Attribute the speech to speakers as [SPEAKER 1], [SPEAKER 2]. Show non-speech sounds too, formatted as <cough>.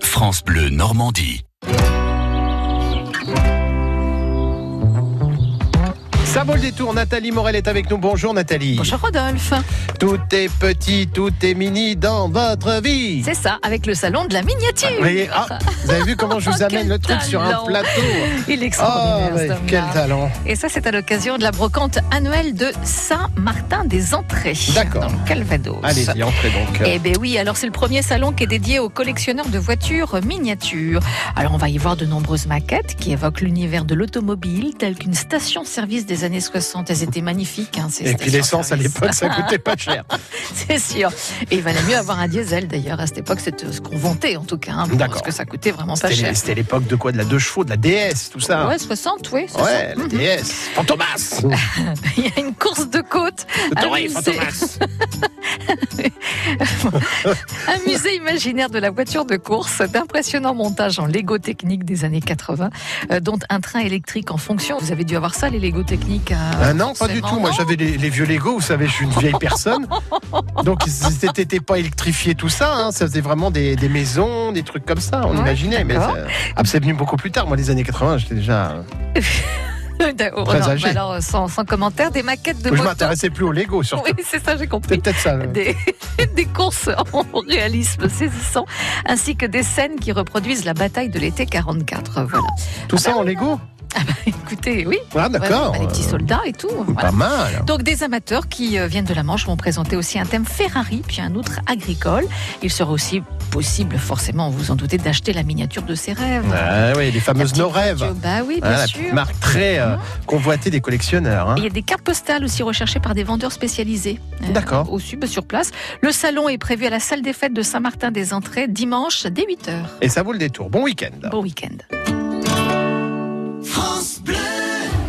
[SPEAKER 1] France Bleu Normandie.
[SPEAKER 2] Ça vaut le détour. Nathalie Morel est avec nous. Bonjour Nathalie.
[SPEAKER 3] Bonjour Rodolphe.
[SPEAKER 2] Tout est petit, tout est mini dans votre vie.
[SPEAKER 3] C'est ça, avec le salon de la miniature.
[SPEAKER 2] Vous voyez, ah, vous avez vu comment
[SPEAKER 3] <laughs>
[SPEAKER 2] je vous amène
[SPEAKER 3] Oh, Quel
[SPEAKER 2] le truc sur un
[SPEAKER 3] talent. Oh,
[SPEAKER 2] plateau
[SPEAKER 3] Il
[SPEAKER 2] Ah,
[SPEAKER 3] est extraordinaire.
[SPEAKER 2] ouais,
[SPEAKER 3] cet homme-là.
[SPEAKER 2] quel talent.
[SPEAKER 3] Et ça, c'est à l'occasion de la brocante annuelle de Saint-Martin des Entrées.
[SPEAKER 2] D'accord.
[SPEAKER 3] Dans le Calvados.
[SPEAKER 2] Allez-y, entrez donc.
[SPEAKER 3] Eh ben oui, alors c'est le premier salon qui est dédié aux collectionneurs de voitures miniatures. Alors on va y voir de nombreuses maquettes qui évoquent l'univers de l'automobile, telle qu'une station-service des années 60. Elles étaient magnifiques. hein, ces
[SPEAKER 2] Et puis l'essence à
[SPEAKER 3] stations-service.
[SPEAKER 2] l'époque, ça coûtait pas cher.
[SPEAKER 3] <laughs> C'est sûr. Et il valait mieux avoir un diesel d'ailleurs. À cette époque, c'était ce qu'on vantait en tout cas. hein,
[SPEAKER 2] D'accord.
[SPEAKER 3] parce que ça coûtait vraiment pas
[SPEAKER 2] C'était
[SPEAKER 3] cher.
[SPEAKER 2] c'était l'époque de quoi De la deux chevaux, de la DS, tout ça.
[SPEAKER 3] Ouais, 60, oui. 60.
[SPEAKER 2] Ah. Ouais, la
[SPEAKER 3] Mhm.
[SPEAKER 2] DS. Fantomas
[SPEAKER 3] <laughs> Il y a une course de côte,
[SPEAKER 2] Le doré,
[SPEAKER 3] Ah oui,
[SPEAKER 2] Fantomas
[SPEAKER 3] un musée imaginaire de la voiture de course, d'impressionnants montages en Lego technique des années 80, euh, dont un train électrique en fonction. Vous avez dû avoir ça, les Lego techniques euh,
[SPEAKER 2] Ah non, pas du
[SPEAKER 3] forcément,
[SPEAKER 2] tout. Moi,
[SPEAKER 3] <laughs> non.
[SPEAKER 2] j'avais les, les vieux Lego, vous savez, je suis une vieille personne. Donc, c'était pas électrifié tout ça. hein. Ça faisait vraiment des, des maisons, des trucs comme ça. On
[SPEAKER 3] Ouais,
[SPEAKER 2] imaginait. Mais
[SPEAKER 3] d'accord.
[SPEAKER 2] ça- ah, c'est venu beaucoup plus tard. Moi, les années 80, j'étais déjà.
[SPEAKER 3] D'accord,
[SPEAKER 2] Très
[SPEAKER 3] non,
[SPEAKER 2] âgé.
[SPEAKER 3] mais Bah alors, sans, sans commentaire, des maquettes de
[SPEAKER 2] je
[SPEAKER 3] motos.
[SPEAKER 2] m'intéressais plus aux Lego, surtout.
[SPEAKER 3] Oui, c'est ça, j'ai
[SPEAKER 2] <laughs>
[SPEAKER 3] compris.
[SPEAKER 2] C'était peut-être ça. euh, là.
[SPEAKER 3] des, <laughs> des courses en réalisme saisissant, ainsi que des scènes qui reproduisent la bataille de l'été 44. Voilà.
[SPEAKER 2] Tout ça
[SPEAKER 3] Ah, bah
[SPEAKER 2] en Lego
[SPEAKER 3] Écoutez, oui,
[SPEAKER 2] Ah, d'accord. Euh,
[SPEAKER 3] vraiment, bah, les petits soldats et tout. voilà.
[SPEAKER 2] Pas mal.
[SPEAKER 3] Donc des amateurs qui euh, viennent de la Manche vont présenter aussi un thème Ferrari, puis un autre agricole. Il sera aussi possible, forcément, vous en doutez, d'acheter la miniature de ses rêves.
[SPEAKER 2] Ah, oui, les
[SPEAKER 3] La
[SPEAKER 2] fameuses
[SPEAKER 3] petite
[SPEAKER 2] Nos Rêves.
[SPEAKER 3] voiture, Bah oui,
[SPEAKER 2] Ah,
[SPEAKER 3] bien
[SPEAKER 2] la petite
[SPEAKER 3] sûr.
[SPEAKER 2] marque très euh,
[SPEAKER 3] Mhm.
[SPEAKER 2] convoitée des collectionneurs. hein.
[SPEAKER 3] Il y a des cartes postales aussi recherchées par des vendeurs spécialisés. euh,
[SPEAKER 2] D'accord.
[SPEAKER 3] Au sub, sur place. Le salon est prévu à la salle des fêtes de Saint-Martin des Entrées dimanche dès 8h.
[SPEAKER 2] Et ça vaut le détour. Bon week-end.
[SPEAKER 3] Bon week-end.